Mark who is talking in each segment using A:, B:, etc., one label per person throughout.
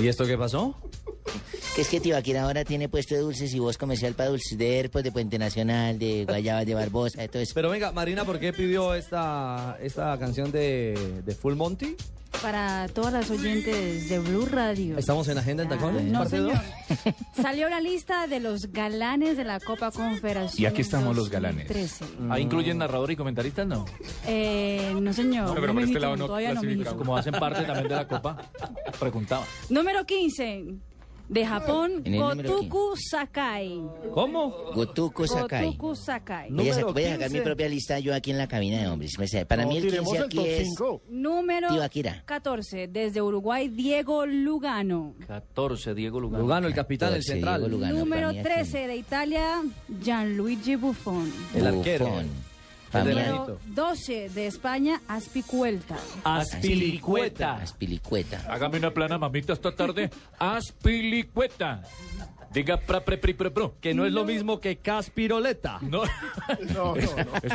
A: ¿Y esto qué pasó?
B: Que es que Tibaquira ahora tiene puesto de dulces y voz comercial para dulces de Herpos, de Puente Nacional, de Guayabas, de Barbosa, de todo eso.
A: Pero venga, Marina, ¿por qué pidió esta, esta canción de, de Full Monty?
C: Para todas las oyentes de Blue Radio.
A: ¿Estamos en Agenda en Tacones?
C: Ah, no,
A: parte
C: señor.
A: dos?
C: Salió la lista de los galanes de la Copa Confederación.
D: Y aquí estamos los galanes.
C: 2013.
E: Ahí incluyen narrador y comentaristas, ¿no?
C: Eh, no, señor.
D: pero por
C: mijito,
D: este lado no
C: todavía no,
D: clasificamos.
C: mijito.
E: Como hacen parte también de la Copa. Preguntaba.
C: Número 15. De Japón,
B: En el número
C: Gotoku Sakai.
A: ¿Cómo?
B: Gotuco Sakai.
C: Gotoku Sakai.
A: No.
B: Voy a, sa-
A: Número
B: voy a sacar
A: 15.
B: mi propia lista yo aquí en la cabina de hombres. O sea, Para mí el 15 aquí es...
C: Número
B: Tibaquira.
C: 14. Desde Uruguay, Diego Lugano.
E: 14, Diego Lugano.
A: Lugano, el capitán, el
B: Catorce,
A: central.
B: Diego Lugano,
C: Número
B: para mí aquí.
C: 13. De Italia, Gianluigi Buffon.
A: El arquero.
B: Bufón. Para mí,
A: delantero.
C: Número 12. De España, Aspicuelta.
E: Aspilicueta.
B: Aspilicueta.
D: Hágame una plana, mamita, esta tarde. Aspilicueta. Diga pra, pre, pri, pre, pro.
A: Que no es lo mismo que Caspiroleta.
D: No. no, Eso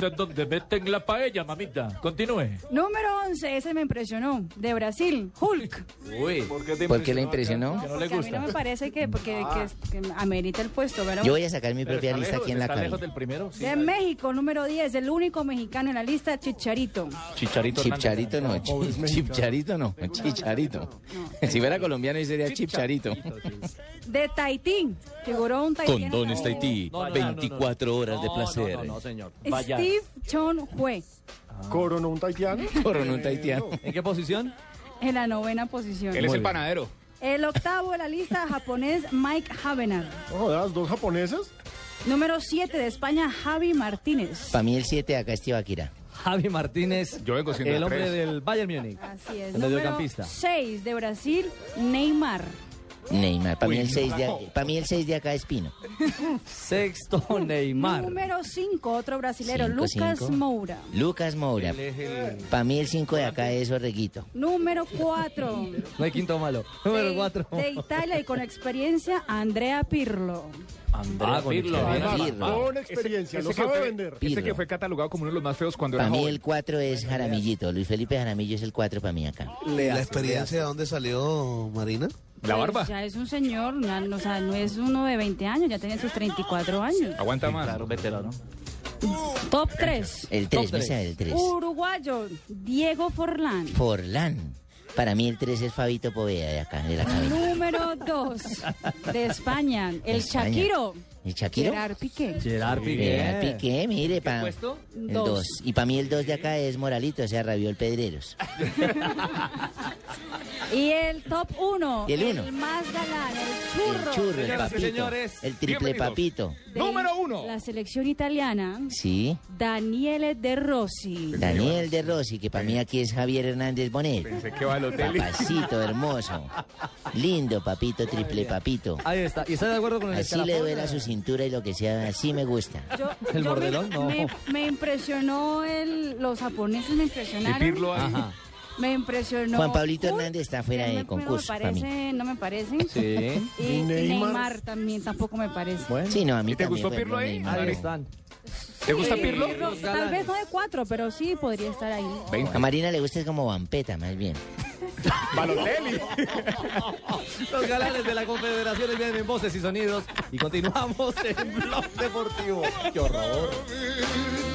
D: es donde meten la paella, mamita. Continúe.
C: Número 11, ese me impresionó, de Brasil, Hulk.
E: Uy.
B: ¿Por qué la impresionó?
D: no le
C: Porque A mí no
D: gusta. Ah.
C: me parece que, porque, que es- que amerita el puesto, ¿verdad?
B: Yo voy a sacar mi propia
E: está
B: lista
E: lejos,
B: aquí en la
E: está lejos
B: cabina.
E: del primero? Sí.
C: De México, número 10, el único mexicano en la lista, Chicharito.
E: Chicharito. Hernández.
B: Chipcharito no, chi- chipcharito no, chicharito. Si fuera colombiano, ahí sería chipcharito.
C: De Tahití, figuró un tahitiano.
D: Condones
C: también.
D: Tahití.
E: No, no, no,
D: 24
E: no, no.
D: horas de
E: No,
D: placer.
E: No, no, no, señor. Vaya.
C: Steve Chon Hue,
F: ¿Coronó un taitiano?
B: Coronó un taitiano.
A: ¿En qué posición?
C: en la novena posición.
D: Él es el panadero.
C: El octavo de la lista, japonés Mike Havenar.
F: No jodas, Oh, dos japoneses.
C: Número 7 de España, Javi Martínez.
B: Para mí el 7 de acá es Tibaquira.
A: Javi Martínez,
D: Yo vengo siendo
A: el
D: la
A: hombre
D: tres.
A: del Bayern Múnich.
C: Así es.
A: El
C: Número
A: mediocampista.
C: 6 de Brasil, Neymar.
B: Neymar. Para mí el 6 de acá, para mí el 6 de acá es Pino.
A: Sexto Neymar.
C: Número 5, otro brasilero,
B: Cinco,
C: Lucas
B: cinco.
C: Moura.
B: Lucas Moura. Para mí el 5 de acá es Orreguito.
C: Número 4.
A: No hay quinto malo. Número cuatro. Ah,
C: De Italia y con experiencia, Andrea Pirlo.
E: Andrea
A: Ah, con
E: Pirlo.
B: Chicharito.
E: Mira.
B: Pirlo.
F: Con experiencia,
D: ese
F: lo
D: que
F: sabe
D: fue-
F: vender.
B: Pirlo.
D: Ese que fue catalogado como uno de los más feos cuando
B: Para
D: era
B: mí
D: joven.
B: el 4 es Jaramillito. Luis Felipe Jaramillo es el 4 para mí acá.
G: ¿La experiencia de dónde salió Marina?
D: La barba.
C: Pues ya es un señor, na- no, o sea, no es uno de 20 años, ya tiene sus 34 años.
D: Aguanta más.
E: Claro, veterano.
C: Top 3.
B: El 3, me
A: tres.
B: sabe el 3.
C: Uruguayo, Diego Forlán.
B: Forlán. Para mí el 3 es Fabito Poveda de acá, de la cabina.
C: Número 2 de España, el
B: España.
C: Shakiro.
B: ¿El Shakiro?
C: Gerard Piqué.
A: Gerard
B: Piqué,
A: Piqué.
B: Piqué, mire, pa. El
A: puesto?
B: 2. Y para mí el 2 de acá es Moralito, o sea, Raviol Pedreros.
C: Y el top 1,
B: ¿Y el uno?
C: más galán,
B: El
C: el churro.
B: churro, el
A: Señoras y
B: papito.
A: señores,
B: El triple
D: bienvenidos.
B: papito.
C: de
D: Número uno.
C: La selección italiana,
B: Sí.
C: Daniele De Rossi.
B: Daniel de Rossi, que para mí aquí es Javier Hernández Bonet.
D: Pensé que va al hotel.
B: Papacito hermoso. Lindo papito, triple papito.
A: Ahí está. ¿Y Ah, está de acuerdo con el
B: Así le
A: escalafón?
B: duela su cintura y lo que sea, así me gusta.
C: Yo-
A: ¿El
C: yo
A: bordelón?
C: Me,
A: No.
C: me- me impresionó el, los japoneses, me
D: Y
C: impresionaron.
D: Pirlo ahí.
A: Ajá.
C: Me impresionó.
B: Juan Pablito
C: Hulk,
B: Hernández está fuera
C: que
B: de
C: no me-
B: concurso
C: No me
B: para mí.
C: parece, no me parece.
A: Sí.
C: Y
F: ¿Y
C: Neymar?
F: Neymar?
C: también tampoco me parece.
A: Bueno.
B: Sí, no, a mí
D: ¿Y te
B: también pues,
D: gustó
B: fue
D: Pirlo
B: muy
D: ahí?
B: malo.
A: Ahí están.
D: ¿Te gusta Pirlo?
A: Los
C: Tal vez
A: galanes.
C: no de cuatro, pero sí podría estar ahí.
B: A Marina le gusta es como vampeta, más bien.
D: Balotelli.
A: Los galanes de la Confederación vienen en voces y sonidos. Y continuamos en Blog Deportivo. ¡Qué horror!